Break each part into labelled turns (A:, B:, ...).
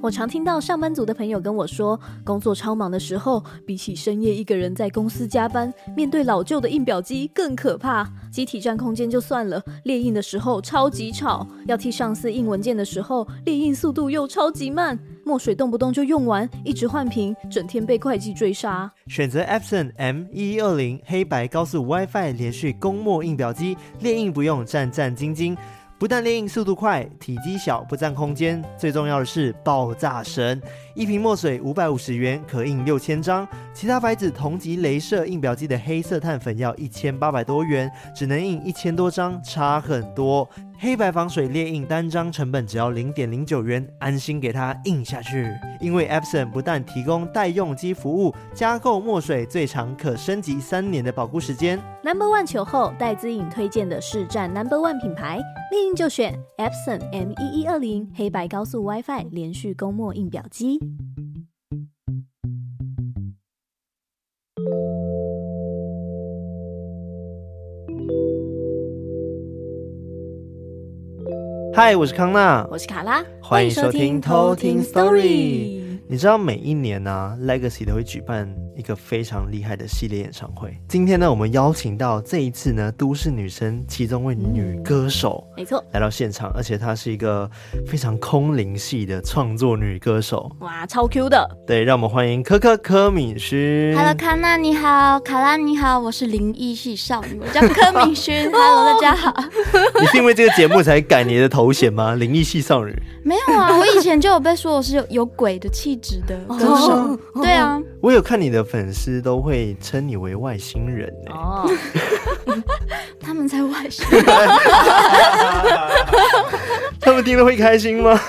A: 我常听到上班族的朋友跟我说，工作超忙的时候，比起深夜一个人在公司加班，面对老旧的印表机更可怕。集体占空间就算了，列印的时候超级吵，要替上司印文件的时候，列印速度又超级慢，墨水动不动就用完，一直换瓶，整天被会计追杀。
B: 选择 Epson M 一一二零黑白高速 WiFi 连续供墨印表机，列印不用战战兢兢，不但列印速度快，体积小，不占空间，最重要的是爆炸神。一瓶墨水五百五十元，可印六千张，其他牌子同级镭射印表机的黑色碳粉要一千八百多元，只能印一千多张，差很多。黑白防水列印单张成本只要零点零九元，安心给它印下去。因为 Epson 不但提供代用机服务，加购墨水最长可升级三年的保固时间。
A: Number One 球后戴资颖推荐的是占 Number One 品牌，猎鹰就选 Epson M 一一二零黑白高速 WiFi 连续供墨印表机。
B: 嗨，我是康娜。
A: 我是卡拉，
B: 欢迎收听偷听 Story。你知道每一年呢、啊、，Legacy 都会举办一个非常厉害的系列演唱会。今天呢，我们邀请到这一次呢，都市女生其中一位女歌手
A: 没错，
B: 来到现场，而且她是一个非常空灵系的创作女歌手。
A: 哇，超 Q 的，
B: 对，让我们欢迎科科柯敏勋。
C: Hello，卡娜你好，卡拉你好，我是灵异系少女，我叫柯敏 勋。Hello，大家好。
B: 你是因为这个节目才改你的头衔吗？ 灵异系少女？
C: 没有啊， 我以前就有被说我是有有鬼的气质的歌手。对啊，
B: 我有看你的粉丝都会称你为外星人、欸、
A: 哦，
C: 他们在外星。
B: 他们听了会开心吗？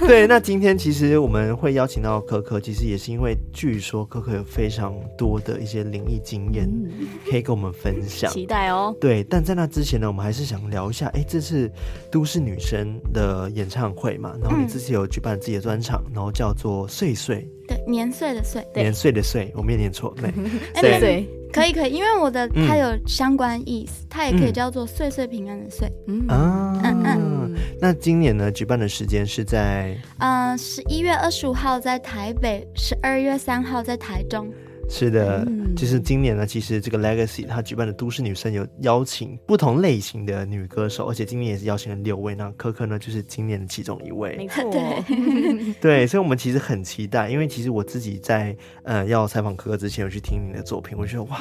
B: 对，那今天其实我们会邀请到可可，其实也是因为据说可可有非常多的一些灵异经验，
A: 嗯
B: 可以跟我们分享。
A: 期待哦。
B: 对，但在那之前呢，我们还是想聊一下，哎、这次都市女生的演唱会嘛，然后
A: 嗯
B: 你自己有举办自己的专场，然后叫做“岁岁
C: 对，年岁的岁”，
A: 对
B: 年岁的岁，我没有念错，对，
C: 哎
B: 对
A: 对，
C: 可以可以，因为我的
B: 嗯
C: 它有相关意思，它也可以
B: 嗯
C: 叫做岁岁平安的岁。
A: 嗯
B: 啊。
C: 嗯
A: 嗯
B: 那今年呢，举办的时间是在
C: 嗯，十一月二十五号在台北，十二月三号在台中。
B: 是的，
A: 嗯
B: 就是今年呢，其实这个 Legacy 它举办的都市女生有邀请不同类型的女歌手，而且今年也是邀请了六位。那可可呢，就是今年的其中一位。
A: 没错，
C: 对
B: 对，所以我们其实很期待，因为其实我自己在呃要采访可可之前，我去听你的作品，我就觉得哇，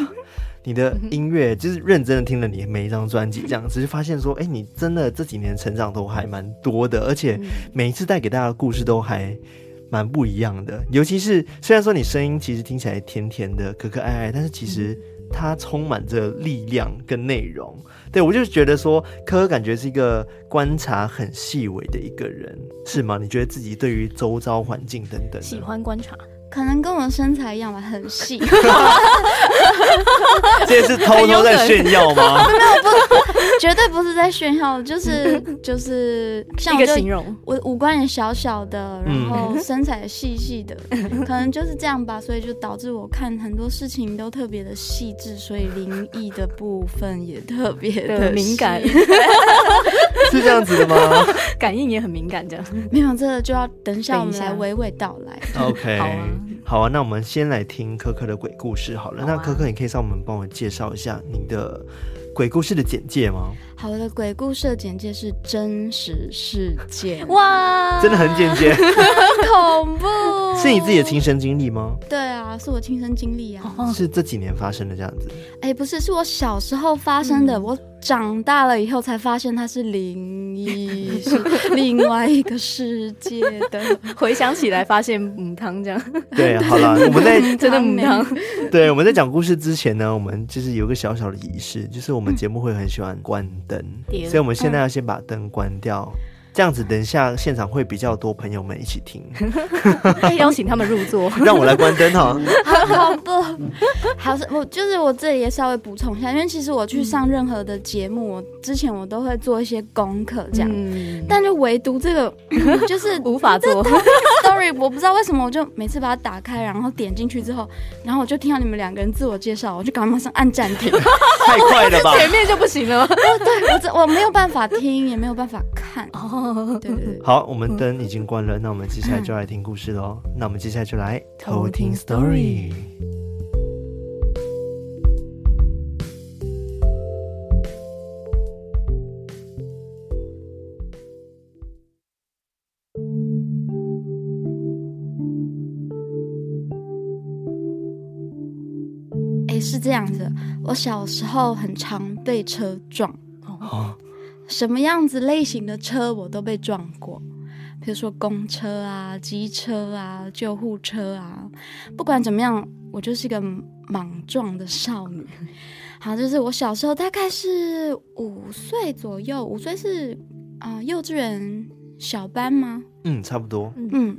B: 你的
A: 嗯
B: 音乐就是认真的听了你每一张专辑，这样只是发现说，哎，你真的这几年成长都还蛮多的，而且
A: 嗯
B: 每一次带给大家的故事都还。蛮不一样的，尤其是虽然说你声音其实听起来甜甜的、可可爱爱，但是其实
A: 嗯
B: 它充满着力量跟内容。对我就觉得说，可可感觉是一个观察很细微的一个人，是吗？你觉得自己对于周遭环境等等的，
A: 喜欢观察，
C: 可能跟我身材一样吧，很细。
B: 这是偷偷在炫耀吗？
C: 绝对不是在炫耀，就是就是像
A: 一
C: 我
A: 个
C: 就
A: 形容。
C: 我五官也小小的，
B: 嗯
C: 然后身材也细细的， 可能就是这样吧，所以就导致我看很多事情都特别的细致，所以灵异的部分也特别
A: 的
C: 的
A: 敏感
B: 是这样子的吗
A: 感应也很敏感，这样。
C: 没有，这个就要等一下我们来
A: 等一下
C: 娓娓道来。
B: ？OK，
A: 好啊
B: 好啊，那我们先来听可可的鬼故事好了。
A: 好啊
B: 那可可，你可以上我们帮我介绍一下你的鬼故事的简介吗？
C: 好，我的鬼故事的简介是真实事件， 哇，
A: 哇
B: 真的很简 洁，
C: 恐怖！
B: 是你自己的亲身经历吗？
C: 对啊，是我亲身经历啊。
A: 哦
B: 是这几年发生的这样子？
C: 哎、不是，是我小时候发生的。我长大了以后才发现它是灵异，是 另外一个世界的。
A: 回想起来发现母汤 这样，
B: 对，啊好啦，我们在
A: 真的母汤。
B: 对，我们在讲故事之前呢，我们就是有个小小的仪式，就是我们节目会很喜欢关灯，
A: 对
B: 所以我们现在要先把灯关掉，这样子等一下现场会比较多朋友们一起 听。
A: 邀请他们入座。
B: 让我来关灯 哈。
C: 好不，好是，我就是我这里也稍微补充一下，因为其实我去上任何的节目，我之前我都会做一些功课这样，
A: 嗯，
C: 但就唯独这个就是
A: 无法做。
C: story，我不知道为什么，我就每次把它打开，然后点进去之后，然后我就听到你们两个人自我介绍，我就赶快马上按暂停。
B: 太快了 吧！
A: 前面就不行了吗？
C: 对我这我没有办法听，也没有办法看，看。
A: 哦，
C: 对对对，
B: 好，我们灯已经关了，那我们接下来就来听故事喽。那我们接下来就来偷
A: 偷
B: 听
A: 听
B: story。
C: 诶，是这样子的，我小时候很常被车撞，
B: 哦，
C: 什么样子类型的车我都被撞过，比如说公车啊、机车啊、救护车啊，不管怎么样，我就是个莽撞的少女。好，就是我小时候大概是五岁左右，五岁是啊、呃幼稚园小班吗？
B: 嗯，差不多。
C: 嗯，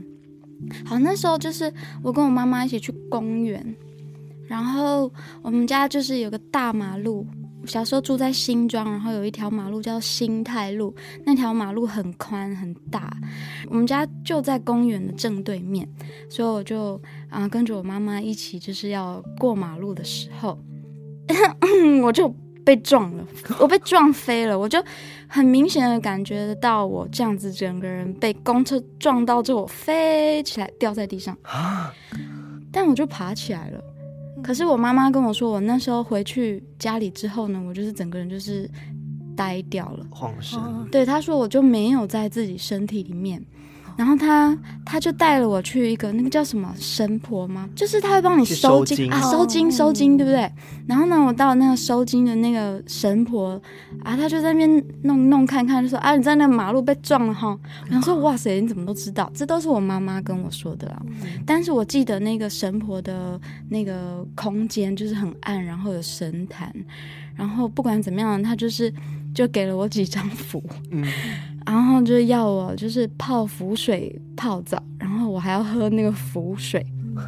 C: 好，那时候就是我跟我妈妈一起去公园，然后我们家就是有个大马路。小时候住在新庄，然后有一条马路叫新泰路，那条马路很宽很大，我们家就在公园的正对面，所以我就啊、跟着我妈妈一起，就是要过马路的时候， 我就被撞了，我被撞飞了，我就很明显的感觉得到我这样子整个人被公车撞到之后，我飞起来掉在地上，
B: 啊
C: 但我就爬起来了。可是我妈妈跟我说，我那时候回去家里之后呢，我就是整个人就是呆掉了。
B: 晃神，
A: 哦
C: 对，他说我就没有在自己身体里面。然后他他就带了我去一个那个叫什么神婆吗？就是他会帮你
B: 去
C: 收
B: 收
C: 金
B: 金
C: 啊，
A: 哦
C: 收金收金，对不对？然后呢，我到那个收金的那个神婆啊，他就在那边弄弄看看，就说啊，你在那个马路被撞了哈。我想说哇塞，你怎么都知道？这都是我妈妈跟我说的啊。但是我记得那个神婆的那个空间就是很暗，然后有神坛，然后不管怎么样，他就是就给了我几张符，
B: 嗯
C: 然后就要我就是泡符水泡澡，然后我还要喝那个符水，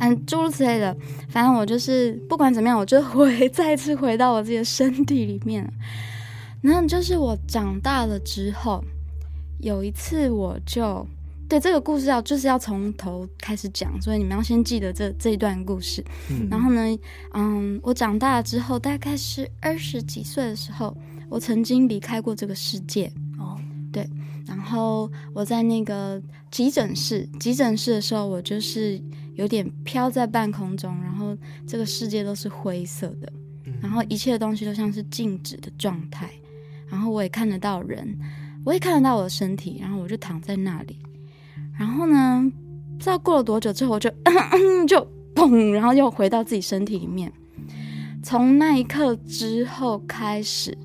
C: 嗯，诸如此类的。反正我就是不管怎么样，我就回再次回到我自己的身体里面了。然后就是我长大了之后，有一次我就对这个故事要就是要从头开始讲，所以你们要先记得这这一段故事。
B: 嗯
C: 然后呢，嗯，我长大了之后，大概是二十几岁的时候，我曾经离开过这个世界。
A: 哦，
C: 然后我在那个急诊室，急诊室的时候，我就是有点飘在半空中，然后这个世界都是灰色的，
B: 嗯
C: 然后一切东西都像是静止的状态，然后我也看得到人，我也看得到我的身体，然后我就躺在那里，然后呢，不知道过了多久之后，我就 就砰，然后又回到自己身体里面。从那一刻之后开始，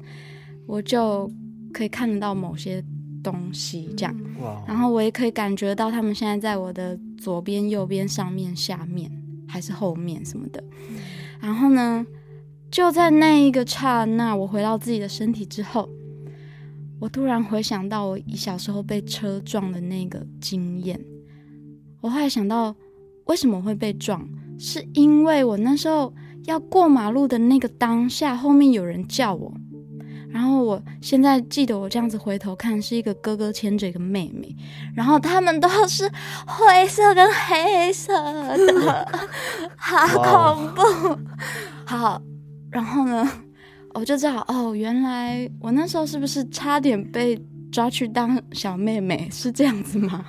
C: 我就可以看得到某些东西，这样。
B: 哇，
C: 然后我也可以感觉到他们现在在我的左边、右边、上面、下面，还是后面什么的。然后呢，就在那一个刹那，我回到自己的身体之后，我突然回想到我小时候被车撞的那个经验。我后来想到，为什么会被撞，是因为我那时候要过马路的那个当下，后面有人叫我。然后我现在记得，我这样子回头看，是一个哥哥牵着一个妹妹，然后他们都是灰色跟黑色的，
B: 哇哦
C: 好恐怖。好，然后呢，我就知道哦，原来我那时候是不是差点被抓去当小妹妹？是这样子吗？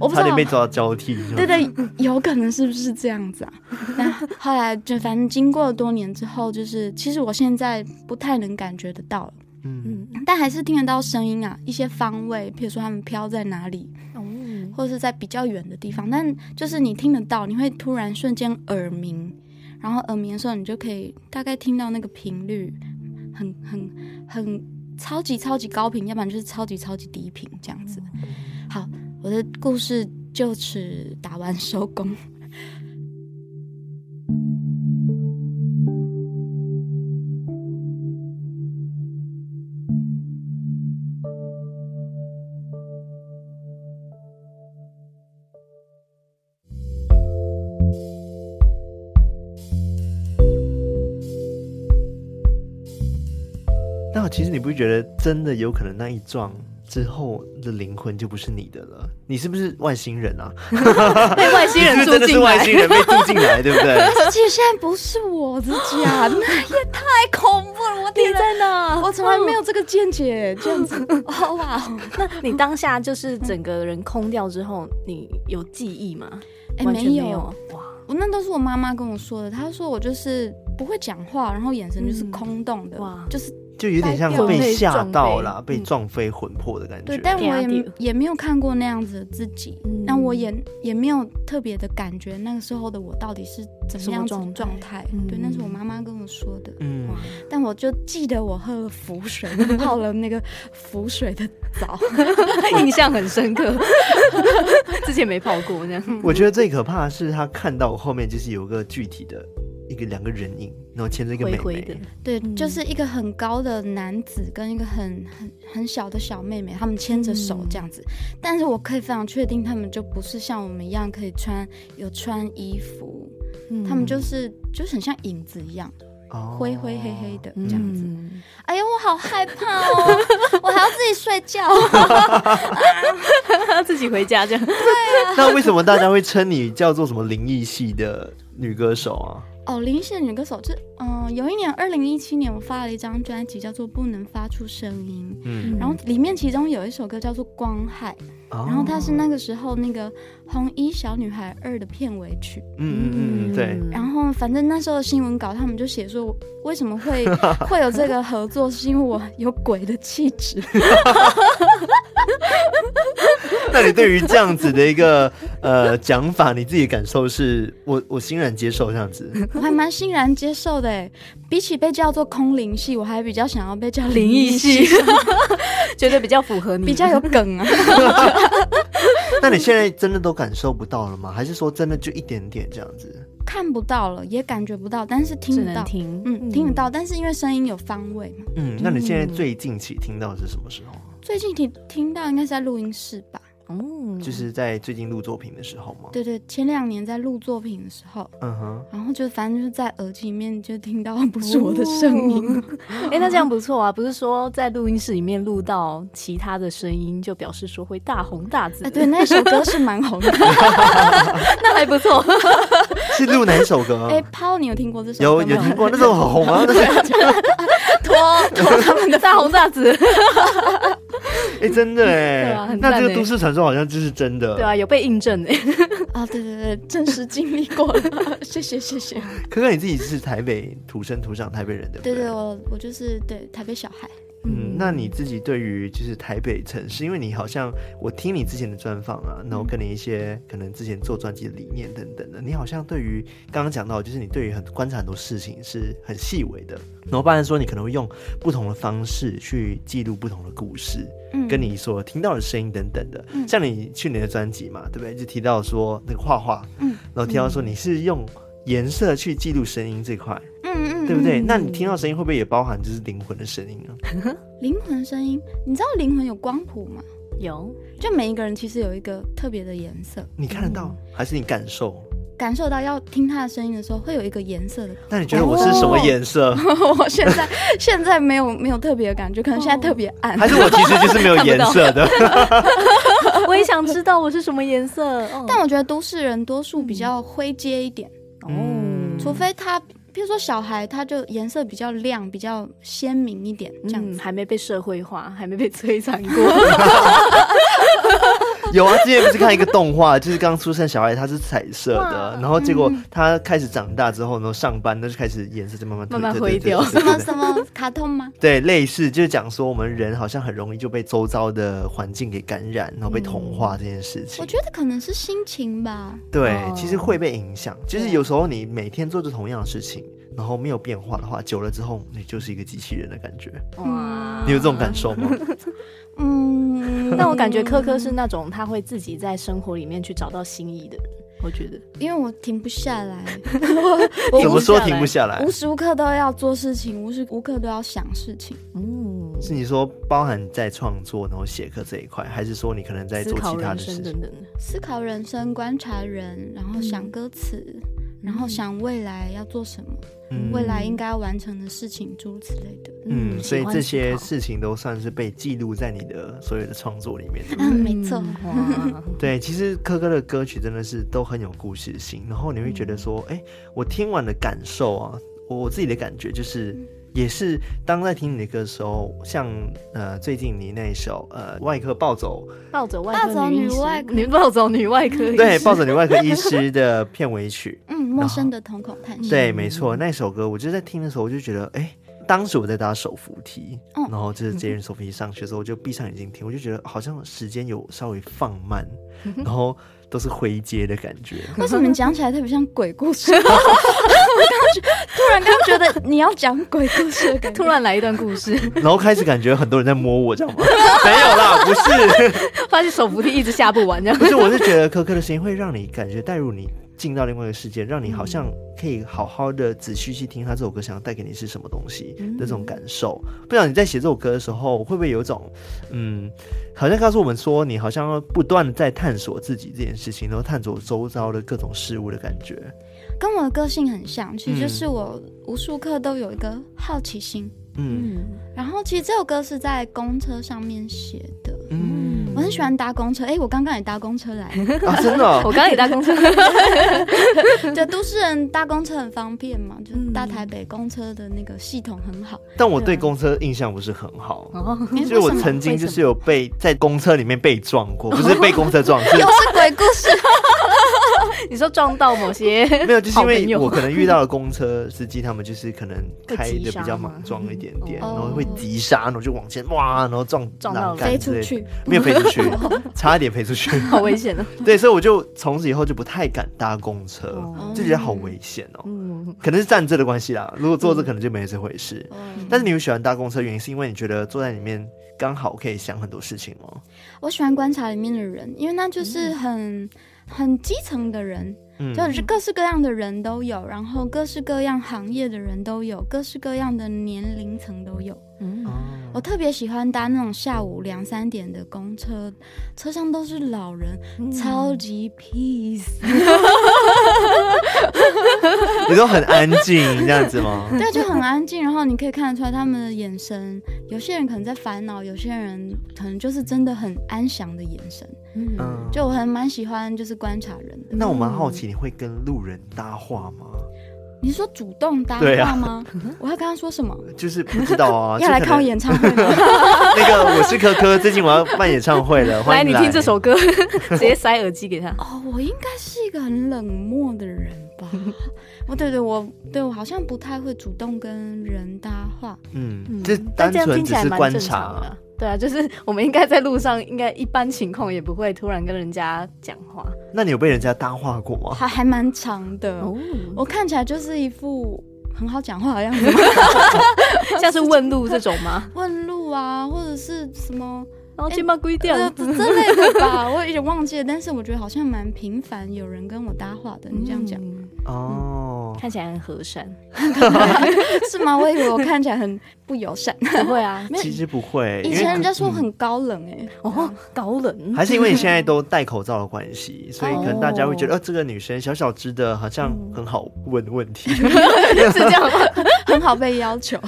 C: 我不
B: 哦差
C: 知道
B: 点被抓到交替，是吧
C: 对，对，有可能是不是这样子啊？ 那后来就反正经过了多年之后，就是其实我现在不太能感觉得到了，
B: 嗯，
A: 嗯，
C: 但还是听得到声音啊，一些方位，譬如说他们飘在哪里，
A: 哦，
C: 或者是在比较远的地方，但就是你听得到，你会突然瞬间耳鸣，然后耳鸣的时候，你就可以大概听到那个频率，很很很超级超级高频，要不然就是超级超级低频这样子。好，我的故事就此打完收工。
B: 那其实你不觉得真的有可能那一撞之后的灵魂就不是你的了？你是不是外星人啊？
A: 被外星
B: 你是不
A: 人
B: 是真
A: 住
B: 的是
A: 进
B: 外
A: 来，
B: 星人被住进来，对不对？
C: 自己现在不是我自己啊，那也太恐怖了！我
A: 你
C: 天哪！
A: 在哪？哦
C: 我我从来没有这个见解，这样子，哦哇哦，
A: 那 你当下就是整个人空掉之后，你有记忆吗？
C: 哎
A: 完全
C: 没有
A: 没有，啊哇，
C: 我那都是我妈妈跟我说的，她说我就是不会讲话，然后眼神就是
A: 嗯
C: 空洞的，
A: 哇
C: 就是
B: 就有点 像
C: 白掉
B: 被吓到啦，
A: 撞
B: 被
A: 飞
B: 撞飞魂魄的感觉。
C: 对，但我
A: 嗲
C: 也
A: 嗲
C: 也没有看过那样子的自己
A: 嗯，
C: 那、我也也没有特别的感觉，那个时候的我到底是怎么样子
A: 什么
C: 的
A: 状
C: 状
A: 态
C: 态？
A: 嗯
C: 对，那是我妈妈跟我说的。
B: 嗯
A: 哇，
C: 但我就记得我喝了浮水，泡了那个浮水的澡，
A: 印象很深 刻，之前没泡过这样。
B: 我觉得最可怕的是他看到我后面就是有个具体的一个两个人影，然后牵着一个妹
A: 灰
B: 妹，
A: 灰的，
C: 对，
A: 嗯
C: 就是一个很高的男子跟一个很很很小的小妹妹，他们牵着手
A: 嗯
C: 这样子。但是我可以非常确定，他们就不是像我们一样可以穿有穿衣服，
A: 嗯
C: 他们就是就是很像影子一样，
B: 哦
C: 灰灰黑黑的
A: 嗯
C: 这样子。
A: 嗯
C: 哎呀，我好害怕哦， 我还要自己睡 觉。
A: 嗯自己回家这样。
B: 那为什么大家会称你叫做什么灵异系的女歌手啊？
C: 哦，林夕的女歌手，这嗯、有一年二零一七年，我发了一张专辑，叫做《不能发出声音》，
B: 嗯，哦
C: 然后里面其中有一首歌叫做《光害》，然后它是那个时候那个《红衣小女孩二》的片尾曲。
B: 嗯嗯嗯，对，
C: 然后反正那时候的新闻稿，他们就写说我为什么 会会有这个合作，是因为我有鬼的气质。
B: 那你对于这样子的一个呃讲法，你自己的感受是？我我欣然接受这样子，
C: 我还蛮欣然接受的诶，比起被叫做空灵系，我还比较想要被叫
A: 灵
C: 灵
A: 异
C: 异
A: 系
C: 系，
A: 觉得比较符合你，
C: 比较有梗啊。
B: 那你现在真的都感受不到了吗？还是说真的就一点点这样子？
C: 看不到了，也感觉不到，但是
A: 只
C: 听得
A: 能
C: 到，
A: 听，
C: 嗯，听得。到。但是因为声音有方位嘛，
B: 嗯，那你现在最近期听到的是什么时候？啊
C: 最近听听到应该是在录音室吧？
A: 嗯
B: 就是在最近录作品的时候吗？
C: 对对，前两年在录作品的时候，
B: 嗯哼，
C: 然后就反正就是在耳机里面就听到不是我的声音，
A: 哎、那这样不错啊！不是说在录音室里面录到其他的声音，就表示说会大红大紫，
C: 哎，对，那首歌是蛮红的。
A: 那还不 错。
B: 是录哪一首歌啊？
C: 哎，抛，你有听过这首
B: 有
C: 歌
B: 有
C: 吗？
B: 听过，那时候很红 啊。那时候
A: 拖拖他们的大红大紫，
B: 哎，真的
A: 对啊
B: 哎，
A: 很赞
B: 那这
A: 哎
B: 个都市传说好像就是真的。
A: 对啊，有被印证哎、
C: 啊，对对对，真实经历过了，谢谢谢谢。
B: 可可你自己是台北土生土长台北人，对不
C: 对对，我我就是对台北小孩，
B: 嗯，那你自己对于就是台北城市，因为你好像我听你之前的专访啊，
A: 嗯
B: 然后跟你一些可能之前做专辑的理念等等的，你好像对于刚刚讲到，就是你对于很观察很多事情是很细微的，然后包含说你可能会用不同的方式去记录不同的故事，
C: 嗯，
B: 跟你所听到的声音等等的。
C: 嗯
B: 像你去年的专辑嘛，对不对？就提到说那个画画，
C: 嗯
B: 然后提到说你是用颜色去记录声音这块，
C: 嗯嗯
B: 对不
C: 嗯
B: 对？
A: 嗯
B: 那你听到声音会不会也包含就是灵魂的声音啊？
C: 灵魂声音，你知道灵魂有光谱吗？
A: 有
C: 就每一个人其实有一个特别的颜色，
B: 你看得到、还是你感受？
C: 感受到要听他的声音的时候，会有一个颜色的。
B: 那你觉得我是什么颜色？
C: 我现在现在没有没有特别的感觉，可能
B: 哦
C: 现在特别暗。
B: 还是我其实就是没有颜色的？
A: 我也想知道我是什么颜色。哦
C: 但我觉得都市人多数比较灰阶一点，
A: 哦
B: 嗯
C: 除非他，比如说小孩，他就颜色比较亮、比较鲜明一点这样
A: 嗯
C: 子。
A: 还没被社会化，还没被摧残 过。
B: 有啊，之前不是看一个动画，就是刚出生小孩他是彩色的
A: 哇，
B: 然后结果他开始长大之后，然后上班，那就开始颜色就慢慢褪
A: 慢慢
B: 对
A: 灰
B: 对对
A: 掉
B: 对对
C: 什
B: 对
C: 么
B: 对
C: 什么卡通吗？
B: 对，类似就是讲说，我们人好像很容易就被周遭的环境给感染，然后被同化
A: 嗯
B: 这件事情。
C: 我觉得可能是心情吧。
B: 对，
A: 哦
B: 其实会被影响。就是
A: 对
B: 有时候你每天做着同样的事情，然后没有变化的话，久了之后，你就是一个机器人的感觉。
A: 哇
B: 你有这种感受吗？
C: 嗯，
A: 但我感觉科科是那种他会自己在生活里面去找到新意的人，我觉得。
C: 因为我停不下来，
A: 我
B: 怎么说
A: 下
B: 停不
A: 来
B: 下来
C: 无？时无刻都要做事情，无时无刻都要想事情。
A: 嗯，
B: 是你说包含在创作，然后写歌这一块，还是说你可能在
A: 思
B: 做
A: 考
B: 其他
A: 人
B: 的事
A: 生
B: 情？
A: 等等。
C: 思考人生，观察人，然后想歌词，然后想未来要做什么，
B: 嗯
C: 未来应该要完成的事情，诸如此类的。
B: 嗯，所以
A: 喜欢
B: 这
A: 思
B: 些
A: 考
B: 事情都算是被记录在你的所有的创作里面 的。
C: 嗯，没错。
A: 哇，
B: 对，其实科科的歌曲真的是都很有故
A: 嗯嗯
B: 事性，然后你会觉得说，哎、我听完的感受啊，我我自己的感觉就是，也是当在听你的歌的时候，像呃最近你那首呃外科暴走，
A: 暴走外
C: 暴走
A: 科医
C: 女
A: 师
C: 外科
A: 女暴走女外科医师
B: 对暴走你外科医师的片 尾曲，
C: 嗯，陌生的瞳孔探险。
B: 对，
A: 嗯
B: 没错，那首歌我就在听的时候，我就觉得，哎、当时我在搭手扶梯，
A: 哦
C: 嗯
B: 然后就是接人手扶梯上去的时候，我就闭上眼睛听，我就觉得好像时间有稍微放慢，
A: 嗯
B: 然后都是灰阶的感觉。
C: 为什么你讲起来特别像鬼故事？我刚刚觉突然刚觉得你要讲鬼故事的感 觉，
A: 突然来一段故事，
B: 然后开始感觉很多人在摸我，这样吗？ 没有啦，不是，
A: 发现手扶梯一直下不完，这样
B: 不是，我是觉得可可的声音会让你感觉带入你进到另外一个世界，让你好像可以好好的仔细去听他这首歌想要带给你是什么东西的这种感受。不知道你在写这首歌的时候，会不会有一种嗯，好像告诉我们说你好像不断的在探索自己这件事情，然后探索周遭的各种事物的感觉。
C: 跟我的个性很像。其实就是我无数课都有一个好奇心。
B: 嗯
A: 嗯
C: 然后其实这首歌是在公车上面写的，
B: 嗯
C: 我很喜欢搭公车。哎、我刚刚也搭公车来，
B: 啊，真的哦、
A: 我刚刚也搭公车，
C: 对，都市人搭公车很方便嘛，就
A: 嗯
C: 大台北公车的那个系统很好。
B: 但我对啊公车印象不是很好。
A: 哦，
C: 哎
B: 所以我
C: 为什么
B: 曾经
A: 为什
B: 就
A: 么
B: 是有被在公车里面被撞过，不是被公 车撞，是
C: 又是鬼故事，
A: 你说撞到某些
B: 没有，就是因
A: 好朋
B: 为
A: 友
B: 我可能遇到了公车司机，他们就是可能开的
A: 会急
B: 比
A: 刹
B: 较
A: 吗
B: 莽撞一点点，
A: 哦
B: 然后会急刹，然后就往前哇，然后撞
A: 撞到
B: 栏
A: 了
B: 杆
C: 飞
B: 之
C: 出
B: 类的，
C: 去。
B: 没有飞 出去，差一点飞出去。
A: 好危险哦，
B: 对，所以我就从此以后就不太敢搭公车，
A: 哦
B: 就觉得好危险哦。
A: 嗯，
B: 可能是站着的关系啦，如果坐着可能就没这回事。
C: 嗯
B: 但是你有喜欢搭公车，原因是因为你觉得坐在里面刚好可以想很多事情吗？
C: 我喜欢观察里面的人，因为那就是很、很基层的人，
B: 嗯，
C: 就是各式各样的人都有，然后各式各样行业的人都有，各式各样的年龄层都有。
A: 嗯
B: 哦
C: 我特别喜欢搭那种下午两三点的公车，车上都是老人，
B: 嗯
C: 超级 peace，
B: 你都很安静这样 子吗？
C: 对，就很安静。然后你可以看得出来他们的眼神，有些人可能在烦恼，有些人可能就是真的很安详的眼神。
A: 嗯，
B: 嗯，
C: 就我很蛮喜欢就是观察人的。
B: 那我蛮好奇，你会跟路人搭话吗？
C: 你是说主动搭
B: 对啊
C: 话吗？ 我要跟他说什么？
B: 就是不知道 啊，
C: 要 来看我
B: 演
C: 演唱会吗？
B: 那个我是科科，最近我要办演唱会了，欢
A: 来
B: 迎
A: 你听这首歌， 直接塞耳机给他，
C: 哦，我应该是一个很冷漠的人 吧？哦，对对，我对我好像不太会主动跟人搭话。
B: 嗯，
A: 嗯
B: 这
A: 但
B: 单
A: 这样
B: 纯
A: 听起
B: 只
A: 来
B: 是
A: 蛮
B: 观
A: 正常的
B: 察
A: 啊。。对啊，就是我们应该在路上，应该一般情况也不会突然跟人家讲话。
B: 那你有被人家搭话过吗？
C: 还还蛮长的，
A: 哦，
C: 我看起来就是一副很好讲话 的样子吗，
A: 像是问路这种 哎吗？
C: 问路啊，或者是什么
A: 然后金马龟掉，
C: 呃之之类的吧，我有点忘记了。但是我觉得好像蛮频繁有人跟我搭话的，你这样讲、
A: 嗯
B: 哦，
A: 看起来很和善，
C: 是吗？我以为我看起来很不友善。
A: 不会啊，
B: 其实不会，
C: 以
B: 因为嗯
C: 前人家说我很高冷哎、
A: 哦，高冷，
B: 还是因为你现在都戴口罩的关系，所以可能大家会觉得，
A: 哦嗯
B: 呃，这个女生小小只的，好像很好问问题。
A: 是这样吗？
C: 很好被要求。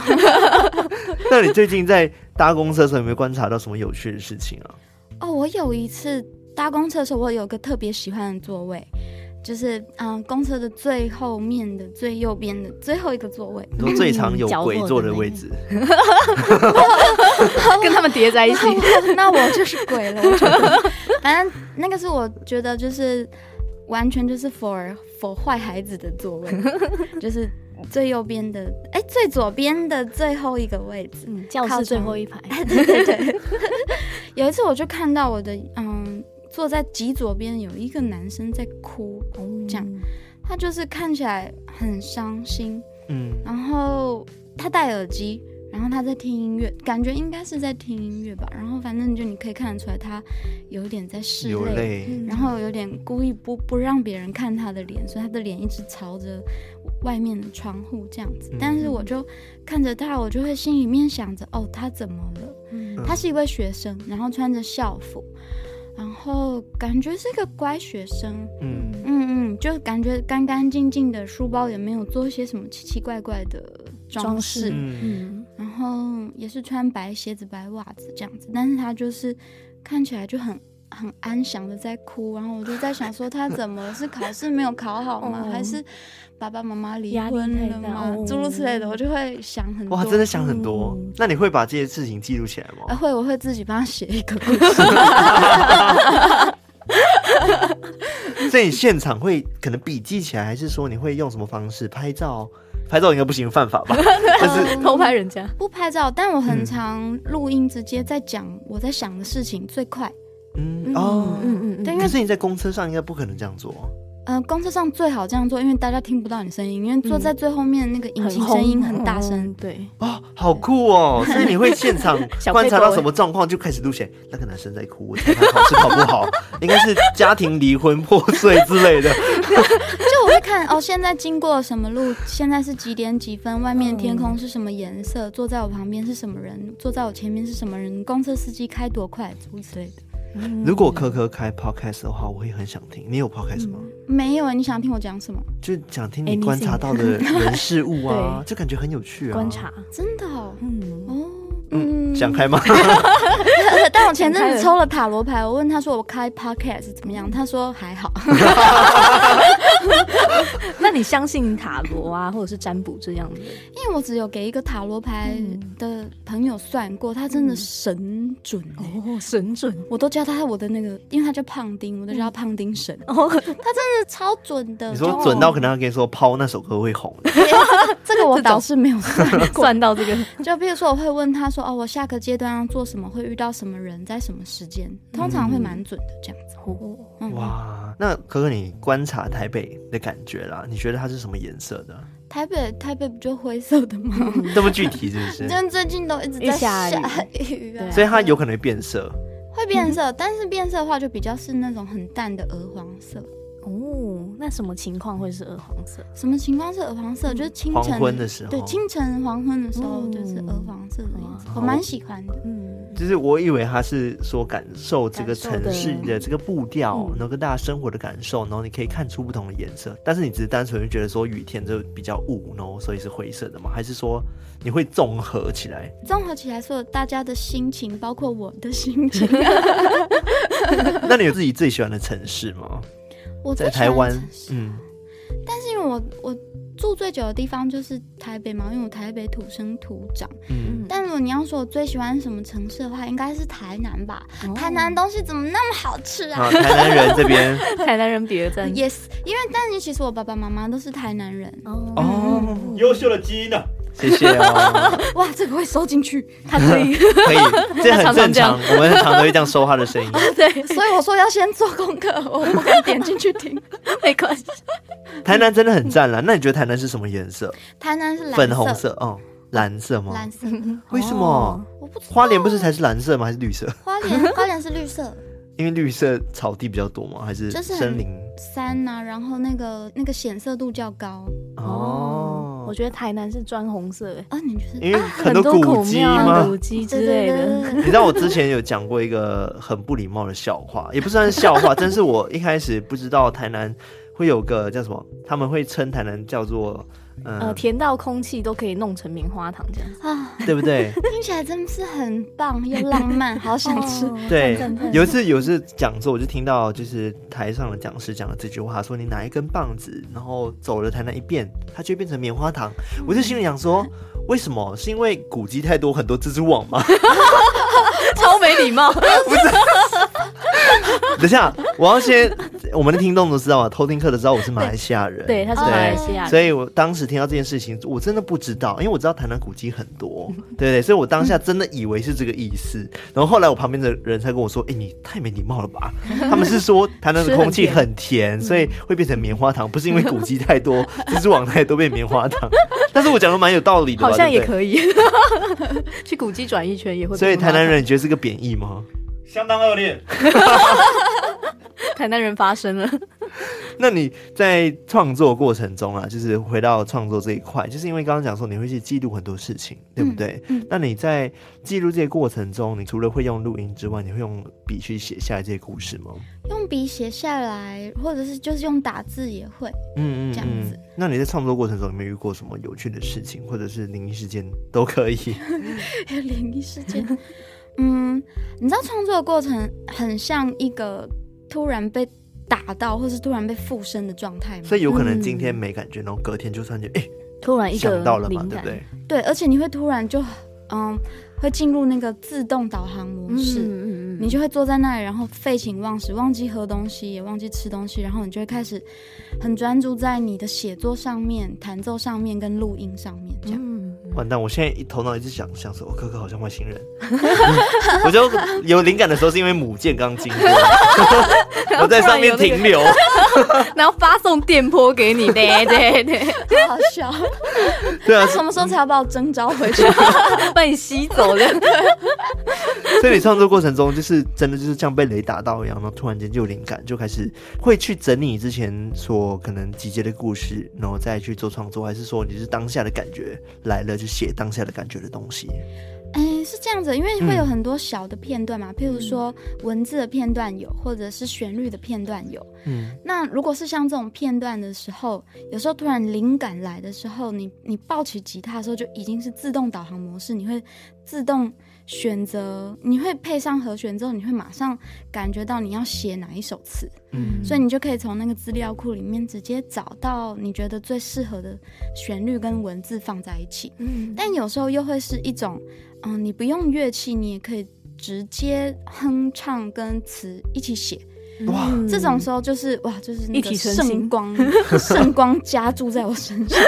B: 那你最近在搭公车的时候，有没有观察到什么有趣的事情啊？
C: 哦，我有一次搭公车的时候，我有个特别喜欢的座位，就是嗯，公车的最后面的最右边的最后一个座位。
B: 你说最常有
A: 嗯角落
B: 鬼坐
A: 的
B: 的
A: 那
B: 位
A: 个
B: 置，
A: 跟他们叠在一 起，
C: 那我就是鬼了，我觉得。反正那个是我觉得就是完全就是 for for 坏孩子的座位，就是最右边的，哎、最左边的最后一个位置。
A: 嗯，教室最后一排，
C: 对对对。有一次我就看到我的嗯，坐在极左边有一个男生在哭，哦这样他就是看起来很伤心，
B: 嗯，
C: 然后他戴耳机，然后他在听音乐，感觉应该是在听音乐吧。然后反正就你可以看得出来，他有点在拭
B: 流
C: 泪，
A: 嗯
B: 泪，
C: 然后有点故意不不让别人看他的脸，所以他的脸一直朝着外面的窗户这样子
B: 嗯。
C: 但是我就看着他，我就会心里面想着，哦，他怎么了？
A: 嗯
C: 他是一位学生，然后穿着校服，然后感觉是一个乖学生，
B: 嗯
C: 嗯嗯，就感觉干干净净的，书包也没有做一些什么奇奇怪怪的装
A: 装
C: 饰，
A: 饰
B: 嗯，
A: 嗯，
C: 然后也是穿白鞋子、白袜子这样子，但是他就是看起来就很很安详的在哭，然后我就在想说他怎么了？是考试没有考好吗？
A: 哦
C: 还是爸爸妈妈离
A: 压力
C: 婚了
A: 太大
C: 吗
A: 哦？
C: 诸如此类的，我就会想很多。
B: 哇，真的想很多
A: 嗯。
B: 那你会把这些事情记录起来
C: 啊
B: 吗？
C: 会，我会自己帮他写一个 故事。
B: 所以你现场会可能笔记起来，还是说你会用什么方式拍照？拍照应该不行，犯法 吧？但是
A: 偷拍人家。
C: 不拍照，但我很
B: 嗯
C: 常录音，直接在讲我在想的事情最快。
B: 嗯
C: 嗯
B: 哦，
A: 嗯嗯
C: 对，
A: 嗯，
C: 因为
B: 可是你在公车上应该不可能这样做。
C: 呃，公车上最好这样做，因为大家听不到你声音，因为坐
A: 嗯
C: 在最后面那个引擎声音很大声。
A: 对，
B: 哦，好酷哦！所以你会现 场
A: 小
B: 观察
A: 配
B: 到
A: 狗
B: 什么状况就开始录起来。那个男生在哭，我觉得他考试考不好，应该是家庭离婚破碎之类的。
C: 就我会看哦，现在经过什么路，现在是几点几分，外面天空是什么颜色，坐在我旁边是什么人，坐在我前面是什么人，公车司机开多快，诸如此类的。
B: 如果科科开 podcast 的话，我会很想听。你有 podcast 吗？
C: 没有，啊你想听我讲什么？
B: 就想听你观察到的人事物啊，就感觉很有趣啊。
A: 观，察，
C: 真的哦，
A: 嗯，
C: 哦，
B: 嗯，想开吗？
C: 但我前阵
A: 想开
C: 子
A: 了
C: 抽了塔罗牌，我问他说我开 podcast 怎么样，他说还好。
A: 那你相信塔罗啊，或者是占卜这样的？
C: 因为我只有给一个塔罗牌
A: 嗯
C: 的朋友算过，他真的神准、欸
A: 哦，神准
C: 我都叫他我的那个，因为他叫胖丁，我都叫他胖丁神，
A: 哦，
C: 真的超准 的。
B: 你
C: 就
B: 说准到可能要跟你说抛那首歌会红，
C: 这个我倒是没有算过。
A: 算到这个，
C: 就比如说，我会问他说：“哦，我下个阶段要做什么，会遇到什么人，在什么时间？”通常会蛮准的这样子。
A: 哦，
C: 嗯，
B: 哇！那可可，你观察台北的感觉啦，你觉得它是什么颜色的？
C: 台北台北不就灰色的吗？
B: 这么具体是不 是？
C: 但最近都一直
A: 一
C: 在
A: 下雨
C: 雨啊，
B: 所以它有可能会变色。
C: 会变色，但是变色的话就比较是那种很淡的鹅黄色。
A: 哦，那什么情况会是鹅黄色？
C: 什么情况是鹅黄色？就是清
B: 嗯
C: 晨
B: 黄昏的时候
C: 对，清晨黄昏的时候就是
A: 哦
C: 鹅黄色的颜色，
B: 哦
C: 我蛮喜欢的。
A: 嗯，
B: 就是我以为他是说感受这个城市
A: 感受
B: 的这个步调，
A: 嗯
B: 然后跟大家生活的感受，然后你可以看出不同的颜色。但是你只是单纯就觉得说雨天就比较雾，然后所以是灰色的吗？还是说你会综合起来？
C: 综合起来，所有大家的心情，包括我的心 情，
B: 那你有自己最喜欢的城市吗？
C: 我最
B: 在
C: 喜欢
B: 台湾
C: 城市，
B: 嗯，
C: 但是因为我我住最久的地方就是台北嘛，因为我台北土生土长。
B: 嗯，
C: 但如果你要说我最喜欢什么城市的话，应该是台南吧。
A: 哦
C: 台南东西怎么那么好吃啊？
B: 好，台南人这边嗯
A: 台南人别赞
C: yes，因为但是其实我爸爸妈妈都是台南人，
A: 哦，
B: 哦，
D: 优秀的基因呢、
B: 谢谢哦，
C: 哇，这个会收进去，
A: 他可以，
B: 可以，这
A: 常
B: 很正
A: 常这样，
B: 常我们常常会这样收他的声音。
A: 对，
C: 所以我说要先做功课，我 不敢点进去听。
A: 没关系，
B: 台南真的很赞啦，那你觉得台南是什么颜色？
C: 台南是蓝色
B: 粉红色，哦，蓝色吗？
C: 蓝色，
B: 为什么
A: 哦？
C: 我不知道
B: 花莲不是才是蓝色吗？还是绿色？
C: 花莲，花莲是绿色
B: 因为绿色草地比较多吗？还是
C: 就是很
B: 森林？
C: 山呐、然后那个那个显色度较高
A: 我
B: 哦，
A: 觉得台南是砖红色，哎
C: 啊，你觉得
B: 因为很
A: 多
B: 古
A: 孔
B: 迹
A: 庙
B: 吗
A: 啊、？古迹之类的，
C: 对
B: 你知道我之前有讲过一个很不礼貌的笑话， 也不算是笑话，但是我一开始不知道台南会有个叫什么，他们会称台南叫做嗯、
A: 呃，甜到空气都可以弄成棉花糖这样子，
C: 啊，
B: 对不对？
C: 听起来真的是很棒又浪漫，好
A: 哦
C: 想吃。
B: 对
A: 赞赞，赞
B: 有一次有一次讲座，我就听到就是台上的讲师讲了这句话，他说你拿一根棒子，然后走了台南一遍，它就会变成棉 花糖。我就心里想说，为什么？是因为古迹太多，很多蜘蛛网吗？
A: 超没礼 貌，
B: 等一下，我要先，我们的听众都知道啊，偷听课的知道我是马来西亚人，
A: 对，他是马来西亚人，
B: 所以我当时听到这件事情，我真的不知道，因为我知道台南古迹很多，对不对？所以我当下真的以为是这个意思。然后后来我旁边的人才跟我说：“哎、你太没礼貌了吧？”他们是说台南的空气很甜，所以会变成棉花糖，不是因为古迹太多， 蜘蛛网太多变棉花糖。 但是我讲的蛮有道理的吧，
A: 好像也
B: 对不对
A: 可以， 去古迹转一圈也会。
B: 所以台南，人，你觉得是个贬义吗？
D: 相当恶劣。
A: 台南人发生了，
B: 那你在创作过程中啊，就是回到创作这一块，就是因为刚刚讲说你会去记录很多事情，对
A: 嗯
B: 不对？
C: 嗯
B: 那你在记录这些过程中，你除了会用录音之外，你会用笔去写下来这些故事吗？
C: 用笔写下来，或者是就是用打字也会。
B: 嗯嗯，
C: 这样子
B: 嗯。那你在创作过程中有没有遇过什么 有趣的事情，或者是灵异事件都可以？
C: 灵异事件，嗯，你知道创作的过程很像一个突然被打到，或是突然被附身的状态吗？
B: 所以有可能今天没感觉，然后隔天就突然觉得，哎、
A: 突嗯然一个
B: 想到了嘛，
A: 灵
B: 对
A: 感，
B: 不对？
C: 对，而且你会突然就嗯，会进入那个自动导航模式。
A: 嗯
C: 你就会坐在那里，然后废寝忘食，忘记喝东西，也忘记吃东西，然后你就会开始很专注在你的写作上面、弹奏上面跟录音上面，这样。
A: 嗯，
B: 完蛋！我现在一头脑一直想想说，我可可好像外星人。 我就有灵感的时候是因为母舰刚经过，我在上面停留。
A: 然后发送电波给 你，对对对，
C: 好好笑，
B: 对啊，
C: 什么时候才要把我征召回去？啊
A: 把你吸走了。
B: 所以你创作过程中就是真的就是像被雷打到一样，然后突然间就有灵感，就开始会去整理之前所可能集结的故事，然后再去做创作，还是说你是当下的感觉来了就写当下的感觉的东西？
C: 哎，是这样子，因为会有很多小的片段嘛，譬如说文字的片段有，或者是旋律的片段有。
B: 嗯，
C: 那如果是像这种片段的时候，有时候突然灵感来的时候，你你抱起吉他的时候就已经是自动导航模式，你会自动选择，你会配上和弦之后，你会马上感觉到你要写哪一首词，
B: 嗯
C: 所以你就可以从那个资料库里面直接找到你觉得最适合的旋律跟文字放在一起。
A: 嗯，
C: 但有时候又会是一种，嗯、你不用乐器，你也可以直接哼唱跟词一起写。
B: 哇
A: 嗯
C: 这种时候就是哇，就是那
A: 一
C: 个
A: 体成型
C: 圣光， 圣光加注在我身上。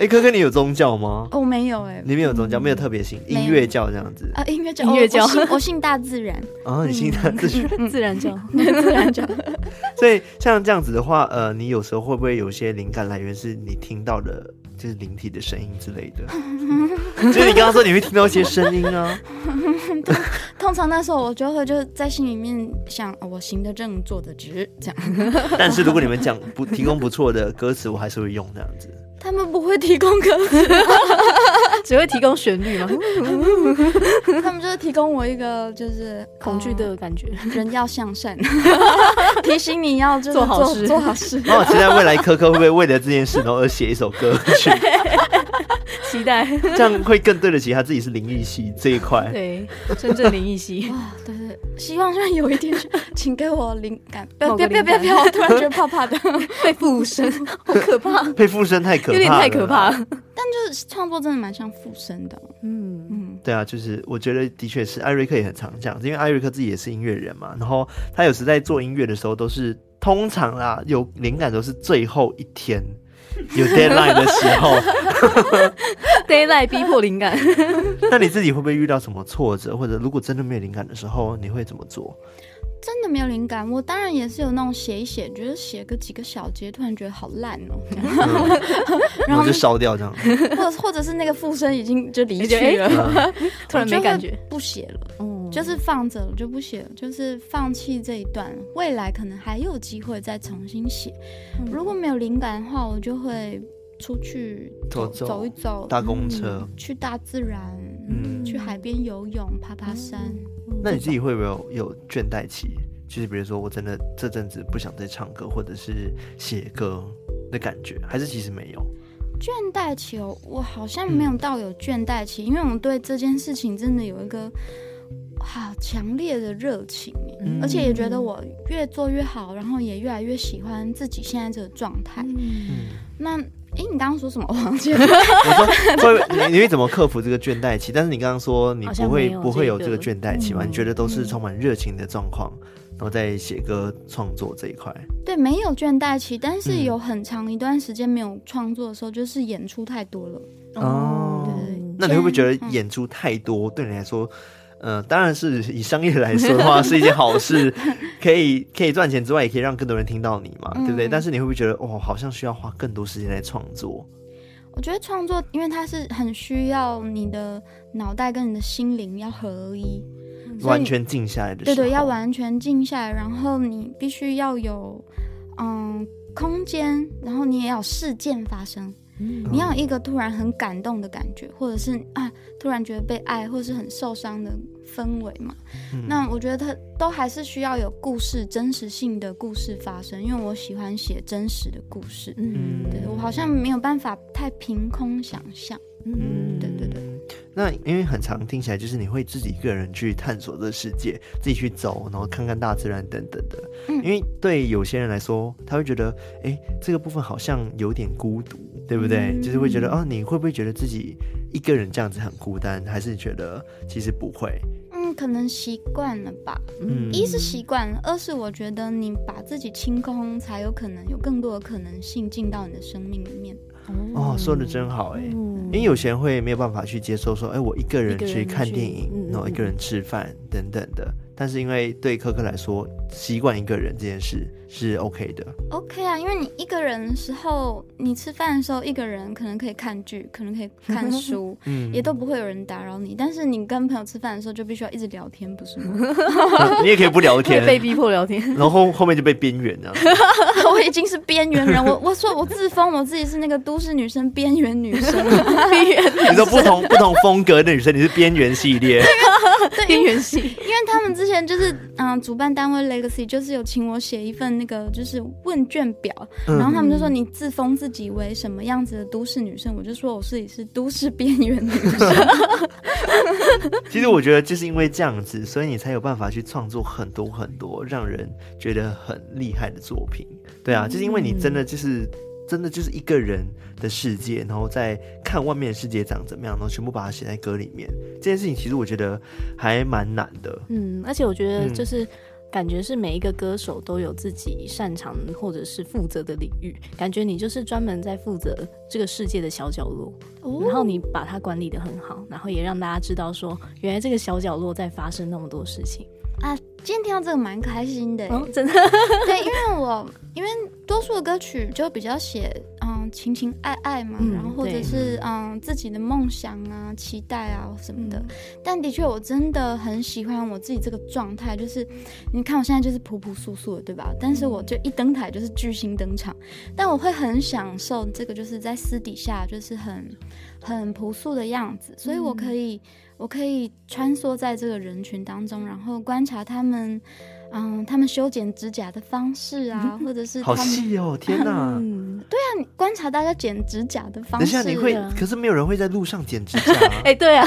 B: 哎、可可你有宗教吗？
C: 哦，没有哎、
B: 你没有宗教，没有特别信
C: 没有
B: 音乐教这样子
C: 啊，音乐教，
A: 音乐教
C: 我我信我信大自然，
B: 啊？你信他 自己？
A: 嗯 自然就
C: 自然教。
B: 所以像这样子的话，呃，你有时候会不会有一些灵感来源是你听到的，就是灵体的声音之类 的？就是你刚刚说你会听到一些声音啊，
C: 通常那时候我就会就是在心里面想，哦、我行得正，坐得直，这样。
B: 但是如果你们讲不提供不错的歌词，我还是会用这样子。
C: 他们不会提供歌
A: 只会提供旋律吗？
C: 词，他们就是提供我一个就是
A: 恐惧的感觉。
C: 呃人要向善， 提醒你要就是
A: 做好事
C: 做 好事。
B: 那我期待未来科科会不会为了这件事，然后而写一首歌曲，
A: 期待，
B: 这样会更对得起他自己是灵异系这一块。
A: 对，真正灵异系。
C: 哇，对对，希望让有一天，请给我灵感。不要
A: 某
C: 不
A: 个
C: 要不要不要！不
A: 灵
C: 要我突然觉得怕怕的。
A: 被哎附身，好可怕，
B: 被附身太可怕
A: 有
B: 了，
A: 点太可怕。了。
C: 就是创作真的蛮像附身的，
A: 嗯，
C: 嗯，
B: 对啊，就是我觉得的确是艾瑞克也很常这样，因为艾瑞克自己也是音乐人嘛，然后他有时在做音乐的时候都是通常啦，有灵感都是最后一天。有 deadline 的时 候，
A: d a y l i g h t 逼迫灵感。
B: 那你自己会不会遇到什么挫折，或者如果真的没有灵感的时候，你会怎么 做？
C: 真的没有灵感。我当然也是有那种写一写，觉得写个几个小节，突然觉得好烂哦、这样
B: 然
C: 然
B: 后
C: 后
B: 嗯就烧掉这样。
C: 或者或者是那个附身已经就离
A: 你 觉得哎
C: 去了，
B: 嗯
A: 突然没感觉
C: 我就会不写了，
A: 哦，
C: 就是放着了就不写了，就是放弃这一段，未来可能还有机会再重新写。如果没有灵感的话，我就会出去
B: 走
C: 走
B: 走
C: 一走，
B: 搭公车，
C: 去大自然，
B: 嗯
C: 去海边游泳，爬爬山。
B: 那你自己会不会有有倦怠期？就是比如说，我真的这阵子不想再唱歌，或者是写歌的感觉，还是其实 没有？
C: 倦怠期哦，我好像
B: 嗯
C: 没有到有倦怠期，因为我对这件事情真的有一个好强烈的热情耶、
B: 嗯
C: 而且也觉得我越做越好，然后也越来越喜欢自己现在这个状态。
B: 嗯，
C: 那诶，你刚刚说什么？ 我忘记了。
B: 我说会，你你会怎么克服这个倦怠期？但是你刚刚说你
A: 好
B: 不
A: 像
B: 会
A: 没有
B: 不会
A: 这
B: 有这个
A: 个
B: 倦怠期嘛？
A: 嗯
B: 你觉得都是充满热情的状况，然后在写歌创作这一块，
C: 对，没有倦怠期，但是
B: 嗯
C: 有很长一段时间没有创作的时候，就是演出太多了。
B: 哦
C: 对
B: 那你会不会觉得
C: 嗯
B: 演出太多对你来说？呃，当然是以商业来说的话是一件好 事，可以可以赚钱之外，也可以让更多人听到你嘛，对不对？
C: 嗯
B: 但是你会不会觉得哦，好像需要花更多时间来创作？
C: 我觉得创作，因为它是很需要你的脑袋跟你的心灵要合一，嗯所以
B: 完全静下来的时
C: 对
B: 候，
C: 对，要完全静下来，然后你必须要有嗯空间，然后你也要有事件发生，
A: 嗯
C: 你要有一个突然很感动的感觉，或者是啊突然觉得被爱，或是很受伤的氛围嘛。
B: 嗯
C: 那我觉得它都还是需要有故事真实性的故事发生，因为我喜欢写真实的故事。
A: 嗯
C: 对我好像没有办法太凭空想象，
A: 嗯
C: 对对对。
B: 那因为很常听起来就是你会自己一个人去探索这世界，自己去走，然后看看大自然等等的。
C: 嗯
B: 因为对有些人来说，他会觉得，哎、这个部分好像有点孤独，对不对？
C: 嗯
B: 就是会觉得，哦，你会不会觉得自己一个人这样子很孤单？还是觉得其实不会？
C: 嗯，可能习惯了吧。
B: 嗯
C: 一是习惯了，二是我觉得你把自己清空，才有可能有更多的可能性进到你的生命里面。
B: 哦，说的真好哎、
A: 嗯
B: 因为有些人会没有办法去接受说，哎、我一个人
A: 一个人
B: 去看
A: 去
B: 电影，
A: 嗯嗯
B: 然后一个人吃饭等等的。但是因为对科科来说，习惯一个人这件事是 OK 的，
C: OK 啊，因为你一个人的时候，你吃饭的时候一个人可能可以看剧，可能可以看 书，
B: 嗯，
C: 也都不会有人打扰你。但是你跟朋友吃饭的时候，就必须要一直聊天，不是 吗？
B: 你也可以不聊
A: 会
B: 天，
A: 被逼迫聊 天。
B: 然后后后面就被边缘 了。
C: 我已经是边缘人，我我说我自封我自己是那个都市女生边缘女生，
B: 你说不同不同风格的女生，你是边缘系列，
A: 边缘系，
C: 因为他们之前就是嗯、主办单位 Legacy 就是有请我写一份那个就是问卷表，
B: 嗯
C: 然后他们就说你自封自己为什么样子的都市女生，我就说我自己是都市边缘女生。
B: 其实我觉得就是因为这样子，所以你才有办法去创作很多很多让人觉得很厉害的作品。对啊，就是因为你
A: 嗯
B: 真的就是真的就是一个人的世界，然后再看外面的世界长怎么样，然后全部把它写在歌里面。这件事情其实我觉得还蛮难的。
A: 嗯，而且我觉得
B: 嗯
A: 就是。感觉是每一个歌手都有自己擅长或者是负责的领域，感觉你就是专门在负责这个世界的小角落，然后你把它管理的很好，然后也让大家知道说，原来这个小角落在发生那么多事情。
C: 啊，今天听到这个蛮开心的耶、欸
A: 哦，真的，
C: 对，因为我因为多数的歌曲就比较写嗯情情爱爱嘛，
A: 嗯
C: 然后或者
A: 对
C: 是嗯自己的梦想啊、期待啊什么
A: 嗯
C: 的。但的确，我真的很喜欢我自己这个状态，就是你看我现在就是朴朴素素的，对吧？但是我
A: 嗯
C: 就一登台就是巨星登场，但我会很享受这个，就是在私底下就是很很朴素的样子，所以我
A: 嗯
C: 可以。我可以穿梭在这个人群当中，然后观察他们，嗯，他们修剪指甲的方式啊，或者是他
B: 好
C: 们
B: 细哦，天哪！
A: 嗯，
C: 观察大家剪指甲的方
B: 等一
C: 式
B: 下
C: 啊，
B: 你会
A: 啊，。
B: 可是没有人会在路上剪指甲啊
A: 哎、对啊，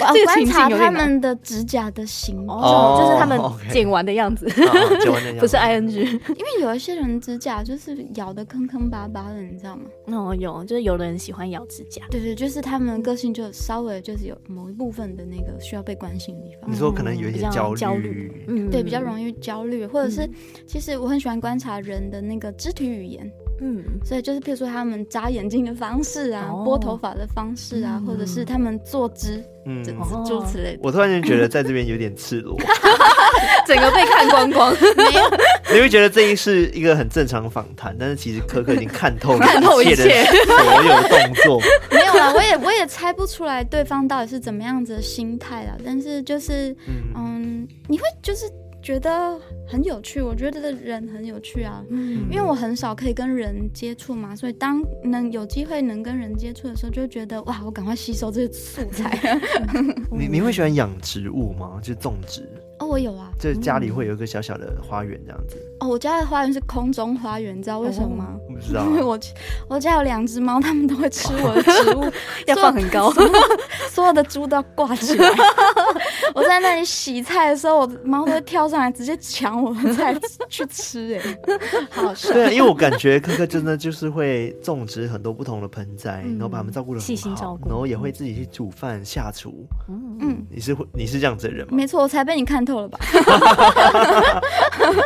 C: 啊
A: 这个
C: 观
A: 情
C: 察
A: 境有
C: 他
A: 点难
C: 们的指甲的形状，
A: 哦，这是他
B: 哦
A: 们
B: ，OK
A: 剪完的样子，
B: 啊啊剪完那样
A: 不是 ing。
C: 因为有一些人指甲就是咬的坑坑巴巴的，你知道吗？
A: 哦，有，就是有的人喜欢咬指甲，
C: 对对，就是他们的个性就稍微就是有某一部分的那个需要被关心的地方
A: 嗯
B: 你。说可能有一
A: 比
B: 点
A: 较
B: 焦
A: 焦
B: 虑，
A: 嗯，
C: 对，比较容易焦虑，或者是，其实我很喜欢观察人的那个肢体语言，
A: 嗯，
C: 所以就是，譬如说他们扎眼睛的方式啊，
A: 哦
C: 拨头发的方式啊，
A: 嗯
C: 或者是他们坐姿，
B: 嗯
C: 这
A: 哦
C: 诸如此类的。
B: 我突然间觉得在这边有点赤裸，
A: 整个被看光光，
B: 你会觉得这一是一个很正常的访谈，但是其实可可已经看透
A: 看透
B: 一
A: 一
B: 切的所有动作。
C: 没有啊啦，我也我也猜不出来对方到底是怎么样子的心态啦。但是就是，
B: 嗯，
C: 嗯，你会就是觉得很有趣，我觉得人很有趣啊。
A: 嗯，
C: 因为我很少可以跟人接触嘛，所以当能有机会能跟人接触的时候，就觉得哇，我赶快吸收这些素材。
B: 你你会喜欢养植物吗？就种植，
C: 哦，我有啊，
B: 就是家里会有一个小小的花园这样子。
C: 哦，我家的花园是空中花园，你知道为什么吗？
B: 我不知道啊
C: 因为我 我家有两只猫，它们都会吃我的植物
A: 要放很高，
C: 所有的猪都要挂起来。 我在那里洗菜的时候，我的猫都会跳上来，直接抢我的菜去吃、哎，好好笑。
B: 对啊，因为我感觉可可真的就是会种植很多不同的盆栽，然后把它们照顾的
A: 嗯细心
B: 很
A: 照
B: 好，
A: 顾
B: 然后也会自己去煮饭下厨。
C: 嗯，
B: 你是会你是这样子的人吗？
C: 没错，我才被你看透了吧？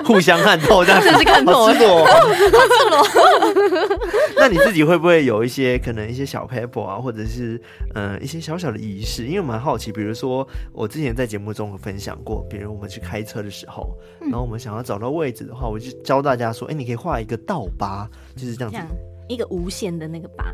B: 互相看透，这样子
A: 真是看透
B: 好赤裸，好赤裸。 那你自己会不会有一些可能一些小 paper 啊，或者是嗯、呃一些小小的仪式？因为我蛮好奇，比如说我之前在节目中有分享过，比如我们去开车的时候，
A: 嗯
B: 然后我们想要找到位置的话，我就教大家说，哎、你可以画一个倒八，就是这样
A: 这
B: 子
A: 样，一个无限的那个八，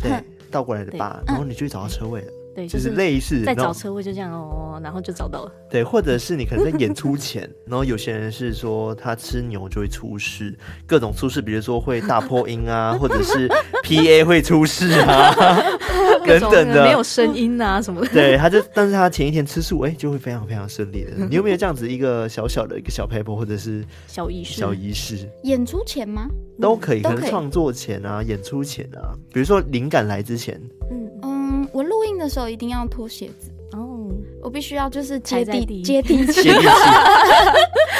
B: 对
C: 哼，
B: 倒过来的八，然后你就会找到车位了，
A: 对，
B: 就是是类似
A: 嗯在
B: 那
A: 找
B: 种。
A: 车位就这样哦，然后就找到了，
B: 对，或者是你可能在演出前，然后有些人是说他吃牛就会出事，各种出事，比如说会大破音啊，或者是 PA 会出事啊， 等等
A: 没有
B: 的。
A: 声音啊什么的，
B: 对，他就，但是他前一天吃素，哎、就会非常非常顺利的。你有没有这样子一个小小的一个小 paper 或者是
A: 小仪式，
B: 小仪式
C: 演出前吗？
B: 都可以？
C: 都
B: 可
C: 可以
B: 能创作前啊，演出前啊，比如说灵感来之前，
A: 嗯，
C: 嗯，我录音的时候一定要脱鞋子，
A: 哦，
C: 我必须要就是
A: 踩
C: 接
A: 在地
C: 地接地气，
B: 接地气，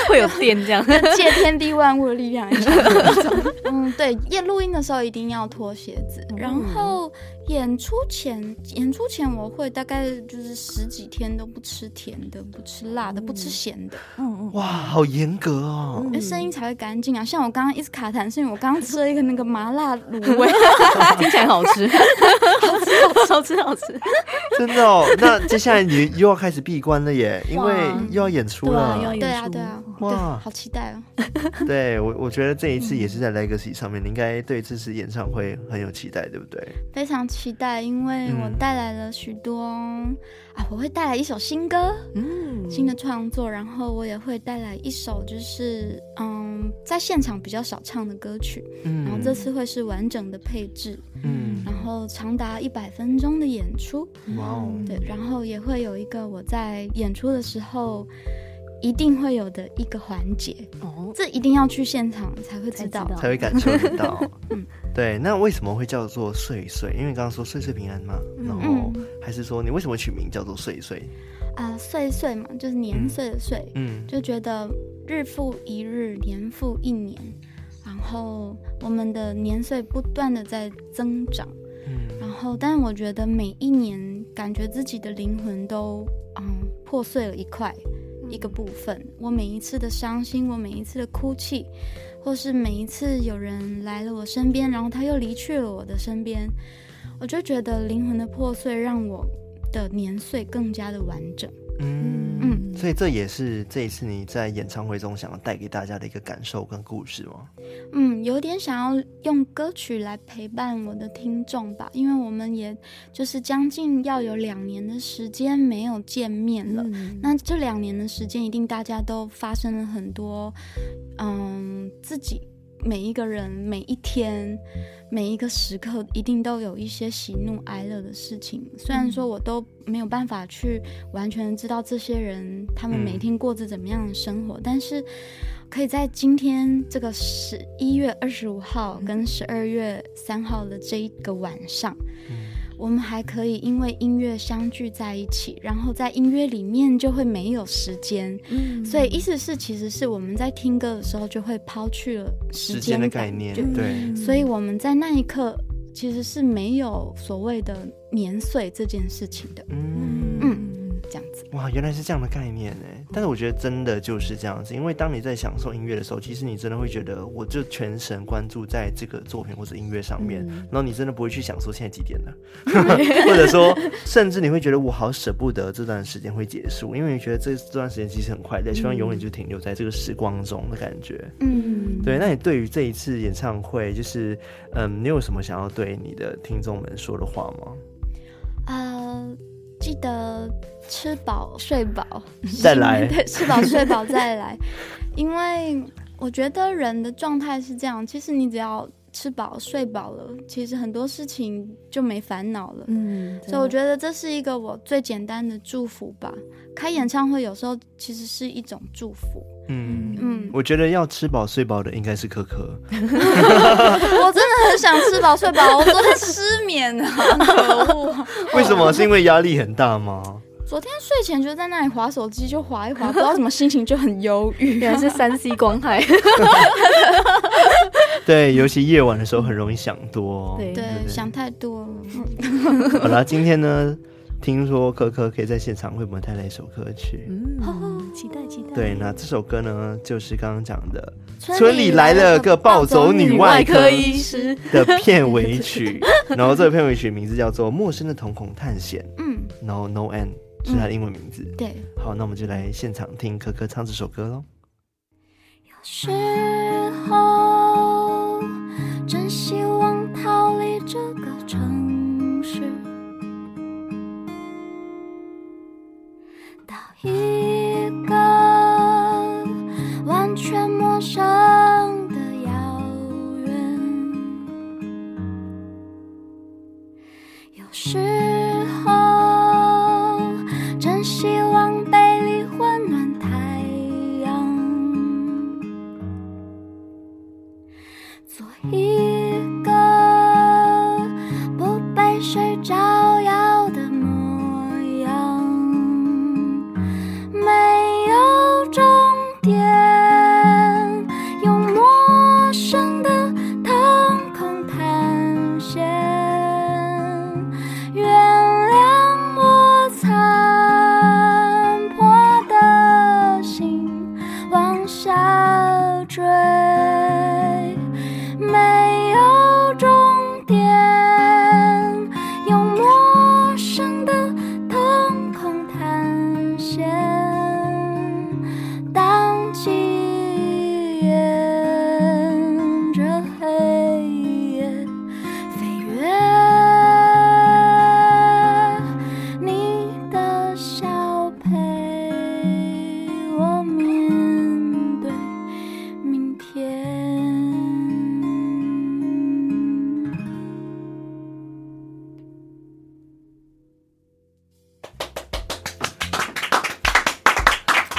A: 会有电这样。
C: 借天地万物的力量一 下那种。嗯，对，夜录音的时候一定要脱鞋子，
A: 嗯
C: 然后演出前，演出前我会大概就是十几天都不吃甜的，不吃辣的，不吃咸的，
A: 嗯嗯，
B: 哇，好严格哦
A: 嗯！
C: 因为哎声音才会干净啊。像我刚刚一直卡痰，是因为我刚刚吃了一个那个麻辣卤味，
A: 听起来好 吃，好吃，好吃，好吃。
B: 真的哦。那接下来你又要开始闭关了耶，因为
A: 哇
B: 又要演出
A: 对啊，要
B: 了。
A: 演
C: 对啊
A: 出
C: 对啊，
B: 哇
C: 对，好期待哦。
B: 对我，我觉得这一次也是在 Legacy 上面，你应该对这次演唱会很有期待，对不对？
C: 非常期待，因为我
B: 嗯
C: 带来了许多、啊，我会带来一首新歌，
A: 嗯，
C: 新的创作，然后我也会带来一首就是嗯，在现场比较少唱的歌曲，然后
B: 嗯
C: 哦这次会是完整的配置，
B: 嗯，
C: 然后长达一百分钟的演出，
B: 哇哦，
C: 对，然后也会有一个我在演出的时候一定会有的一个环节，
A: 哦，
C: 这一定要去现场才会知道
A: 才知。道
B: 才会感受得到。对，那为什么会叫做岁岁？因为刚刚说岁岁平安嘛，然
A: 哦
B: 后
C: 嗯
B: 还是说你为什么取名叫做岁岁？
C: 啊、岁岁嘛，就是年岁的岁，
B: 嗯
C: 就觉得日复一日，年复一年，然后我们的年岁不断的在增长，
B: 嗯
C: 然后但我觉得每一年感觉自己的灵魂都嗯破碎了一块一个部分，我每一次的伤心，我每一次的哭泣，或是每一次有人来了我身边，然后他又离去了我的身边，我就觉得灵魂的破碎让我的年岁更加的完整。
B: 嗯
C: 嗯
B: 所以这也是这一次你在演唱会中想要带给大家的一个感受跟故事吗？
C: 嗯，有点想要用歌曲来陪伴我的听众吧，因为我们也就是将近要有两年的时间没有见面了。
A: 嗯
C: 那这两年的时间，一定大家都发生了很多，嗯，自己每一个人、每一天、每一个时刻，一定都有一些喜怒哀乐的事情。虽然说我都没有办法去完全知道这些人他们
B: 嗯
C: 每天过着怎么样的生活，但是可以在今天这个十一月二十五号
B: 嗯
C: 跟十二月三号的这一个晚上，
B: 嗯
C: 我们还可以因为音乐相聚在一起，然后在音乐里面就会没有时间，
A: 嗯
C: 所以意思是其实是我们在听歌的时候就会抛去了时
B: 间
C: 间
B: 的
C: 感
B: 概念
C: 觉，
B: 对，
C: 嗯所以我们在那一刻其实是没有所谓的年岁这件事情的，
B: 嗯，
A: 嗯，
C: 这样子。
B: 哇，原来是这样的概念哎！但是我觉得真的就是这样子，因为当你在享受音乐的时候，其实你真的会觉得，我就全神贯注在这个作品或者音乐上面，然后你真的不会去想说现在几点了，或者说，甚至你会觉得我好舍不得这段时间会结束，因为你觉得这这段时间其实很快乐，希望永远就停留在这个时光中的感觉。
C: 嗯，
B: 对，那你对于这一次演唱会，就是嗯，你有什么想要对你的听众们说的话吗？
C: 呃，记得吃饱睡 饱，
B: 再来
C: 对，吃饱睡饱再来，因为我觉得人的状态是这样，其实你只要吃饱睡饱了，其实很多事情就没烦恼了。
A: 嗯，
C: 所以我觉得这是一个我最简单的祝福吧。开演唱会有时候其实是一种祝福，
B: 嗯，
C: 嗯，
B: 我觉得要吃饱睡饱的应该是可可。
C: 我真的很想吃饱睡饱，我昨天失眠啊， 可恶！
B: 为什么？是因为压力很大吗？
C: 昨天睡前就在那里划手机，就划一划，不知道什么心情就很忧郁。
A: 原来是三 C 光害，
B: 对，尤其夜晚的时候很容易想多。
A: 对
C: 对，
B: 对
C: 想太多了。
B: 好啦，今天呢，听说可可可以在现场为我们带来一首歌曲。
A: 嗯，期待期待。
B: 对，那这首歌呢，就是刚刚讲的村
C: 村
B: 里来了个暴走女外科医
A: 师，
B: 的片尾曲，然后这个片尾曲名字叫做《陌生的瞳孔探险
C: 嗯，》，
B: 然后 No End 是它的英文名字。
C: 对。
B: 好，那我们就来现场听可可唱这首歌喽。
C: 时候，真希望逃离这个城市，到一个完全陌生的遥远。有时候，真希望被离温暖太阳。做一个不被谁照耀的模样。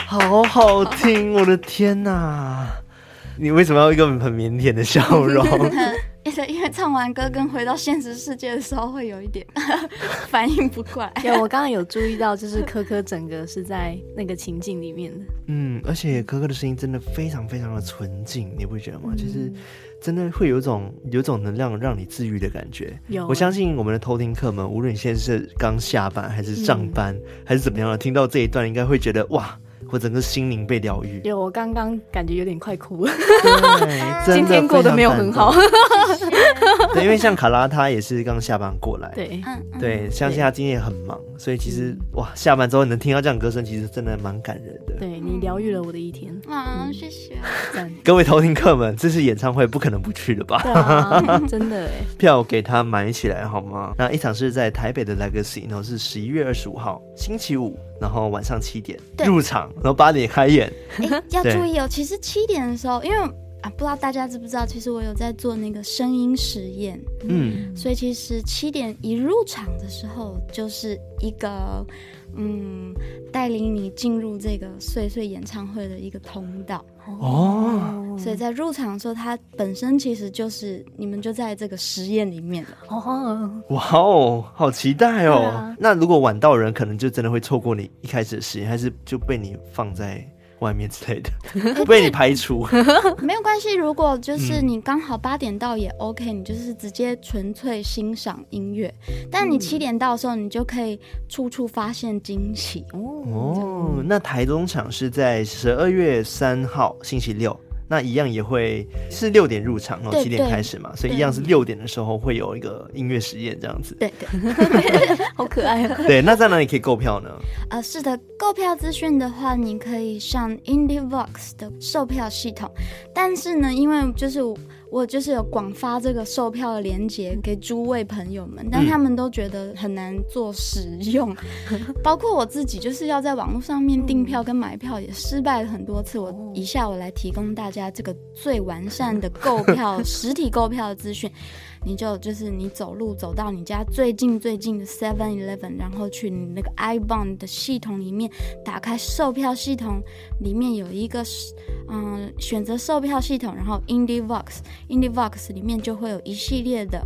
B: 好好听，我的天哪！你为什么要一个很腼腆的笑容？
C: 因为因为唱完歌跟回到现实世界的时候会有一点 反应不过来。
A: 有，我刚刚有注意到，就是科科整个是在那个情境里面的。
B: 嗯，而且哥哥的声音真的非常非常的纯净，你不觉得吗？就是
A: 嗯
B: 真的会有一种有一种能量让你治愈的感觉。
A: 有，啊
B: 我相信我们的偷听客们，无论你现在是刚下班还是上班、还是怎么样的，听到这一段应该会觉得哇，我整个心灵被疗 愈。
A: 有，我刚刚感觉有点快哭了，
B: 对，真
A: 今
B: 的
A: 天过得没有
B: 非
A: 很
B: 常感动
A: 好。。
B: 对，因为像卡拉他也是刚下班过来，
A: 对，
C: 嗯，嗯，
B: 对，相信他今天也很忙，所以其实
A: 嗯
B: 哇，下班之后你能听到这样歌声，其实真的蛮感人的。
A: 对你疗愈了我的一天，
C: 啊，谢谢。
A: 赞。
B: 各位偷听客们，这是演唱会不可能不去的吧？
A: 对啊， 真的哎，
B: 票给他买起来好吗？那一场是在台北的 Legacy，然后是十一月二十五号星期五，然后晚上七点
C: 对
B: 入场，然后八点开演。
C: 哎，要
B: 对
C: 注意哦，其实七点的时候，因为啊，不知道大家知不知道，其实我有在做那个声音实验，
B: 嗯，
C: 所以其实七点一入场的时候，就是一个嗯，带领你进入这个碎碎演唱会的一个通道。
B: 哦，
A: 嗯
C: 所以在入场的时候，它本身其实就是你们就在这个实验里面了。
A: 哦，
B: 哇哦，好期待哦！
A: 对啊
B: 那如果晚到的人，可能就真的会错过你一开始的时间，还是就被你放在外面之类的，被你排除。
C: 没有关系，如果就是你刚好八点到也 OK，、你就是直接纯粹欣赏音乐。但你七点到的时候，你就可以处处发现惊喜。
B: 哦，那台中场是在十二月三号星期六，那一样也会是六点入场，然后
C: 对
B: 七点开始嘛，所以一样是六点的时候会有一个音乐实验这样 子。
C: 对对，
A: 好可爱啊！
B: 对，那在哪里可以购票呢？
C: 呃，是的，购票资讯的话，你可以上 IndieVox 的售票系统。但是呢，因为就是我我就是有广发这个售票的链接给诸位朋友们，但
B: 嗯
C: 他们都觉得很难做使用，包括我自己，就是要在网络上面订票跟买票也失败了很多次。我以下我来提供大家这个最完善的购票实体购票的资讯。你就就是你走路走到你家最近最近的 Seven Eleven，然后去你那个 iBond 的系统里面打开售票系统，里面有一个是嗯选择售票系统，然后 IndieVox，IndieVox 里面就会有一系列的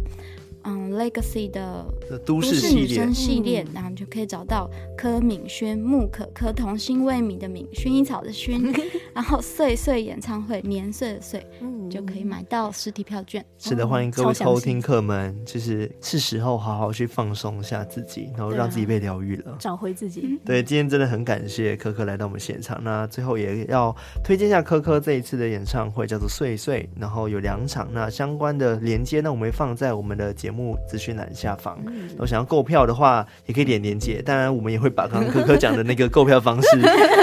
C: 嗯 Legacy 的
B: 都市系
C: 女
B: 列
C: 生系列，然后你就可以找到柯敏轩、木可柯、童心未泯的敏、薰衣草 的薰，然后岁岁演唱会年岁的岁，
A: 嗯
C: 就可以买到实体 票券。
B: 是的，
A: 哦
B: 欢迎各位
A: 超详细
B: 偷听客们，就是是时候好好去放松一下自己，然后
A: 对啊
B: 让自己被疗愈了。
A: 找回自己。
B: 对，今天真的很感谢可可来到我们现场。那最后也要推荐一下可可这一次的演唱会，叫做《碎碎》，然后有两场，那相关的连接呢，我们会放在我们的节目资讯栏下方。
A: 嗯
B: 然后想要购票的话，也可以点连接，当然我们也会把刚刚可可讲的那个购票方式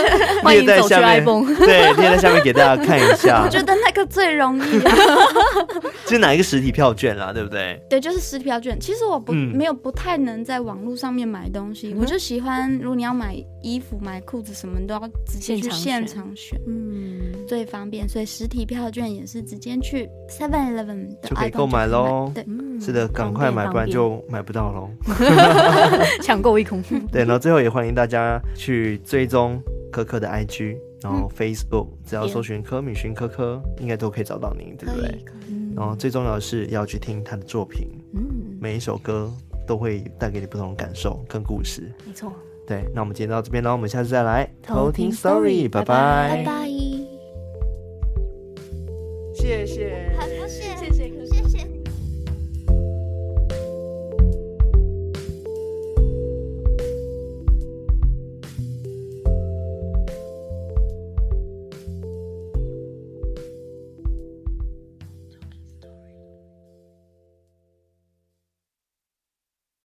A: 欢
B: 列
A: 迎
B: 在
A: 走去
B: 下面，
A: iPhone
B: 对，列在下面给大家看一下
C: 我，觉得那个最容易了，
B: 啊是哪一个实体票券啦，对不对？
C: 对，就是实体票券。其实我不、
B: 嗯
C: 没有不太能在网络上面买东西，我就喜欢，如果你要买衣服、买裤子什么，你都要直接
A: 现
C: 去
A: 场选
C: 现场选，
A: 嗯，
C: 最方便。所以实体票券也是直接去 Seven Eleven 的
B: 就可以
C: iPhone
B: 购买喽
C: 对，
A: 嗯
B: 是的，赶快买，不然就买不到喽。
A: 抢购一空。
B: 对，然后最后也欢迎大家去追踪可可的 IG，然后 Facebook，、只要搜寻柯敏勋科科，应该都可以找到你，对
C: 可
B: 不对
C: 以？可以。
B: 然后最重要的是要去听他的作品，
A: 嗯，
B: 每一首歌都会带给你不同的感受跟故事。
A: 没错。
B: 对，那我们今天到这边喽，我们下次再来
A: 偷听 story，
B: 拜
A: 拜拜
C: 拜拜。
B: 谢谢。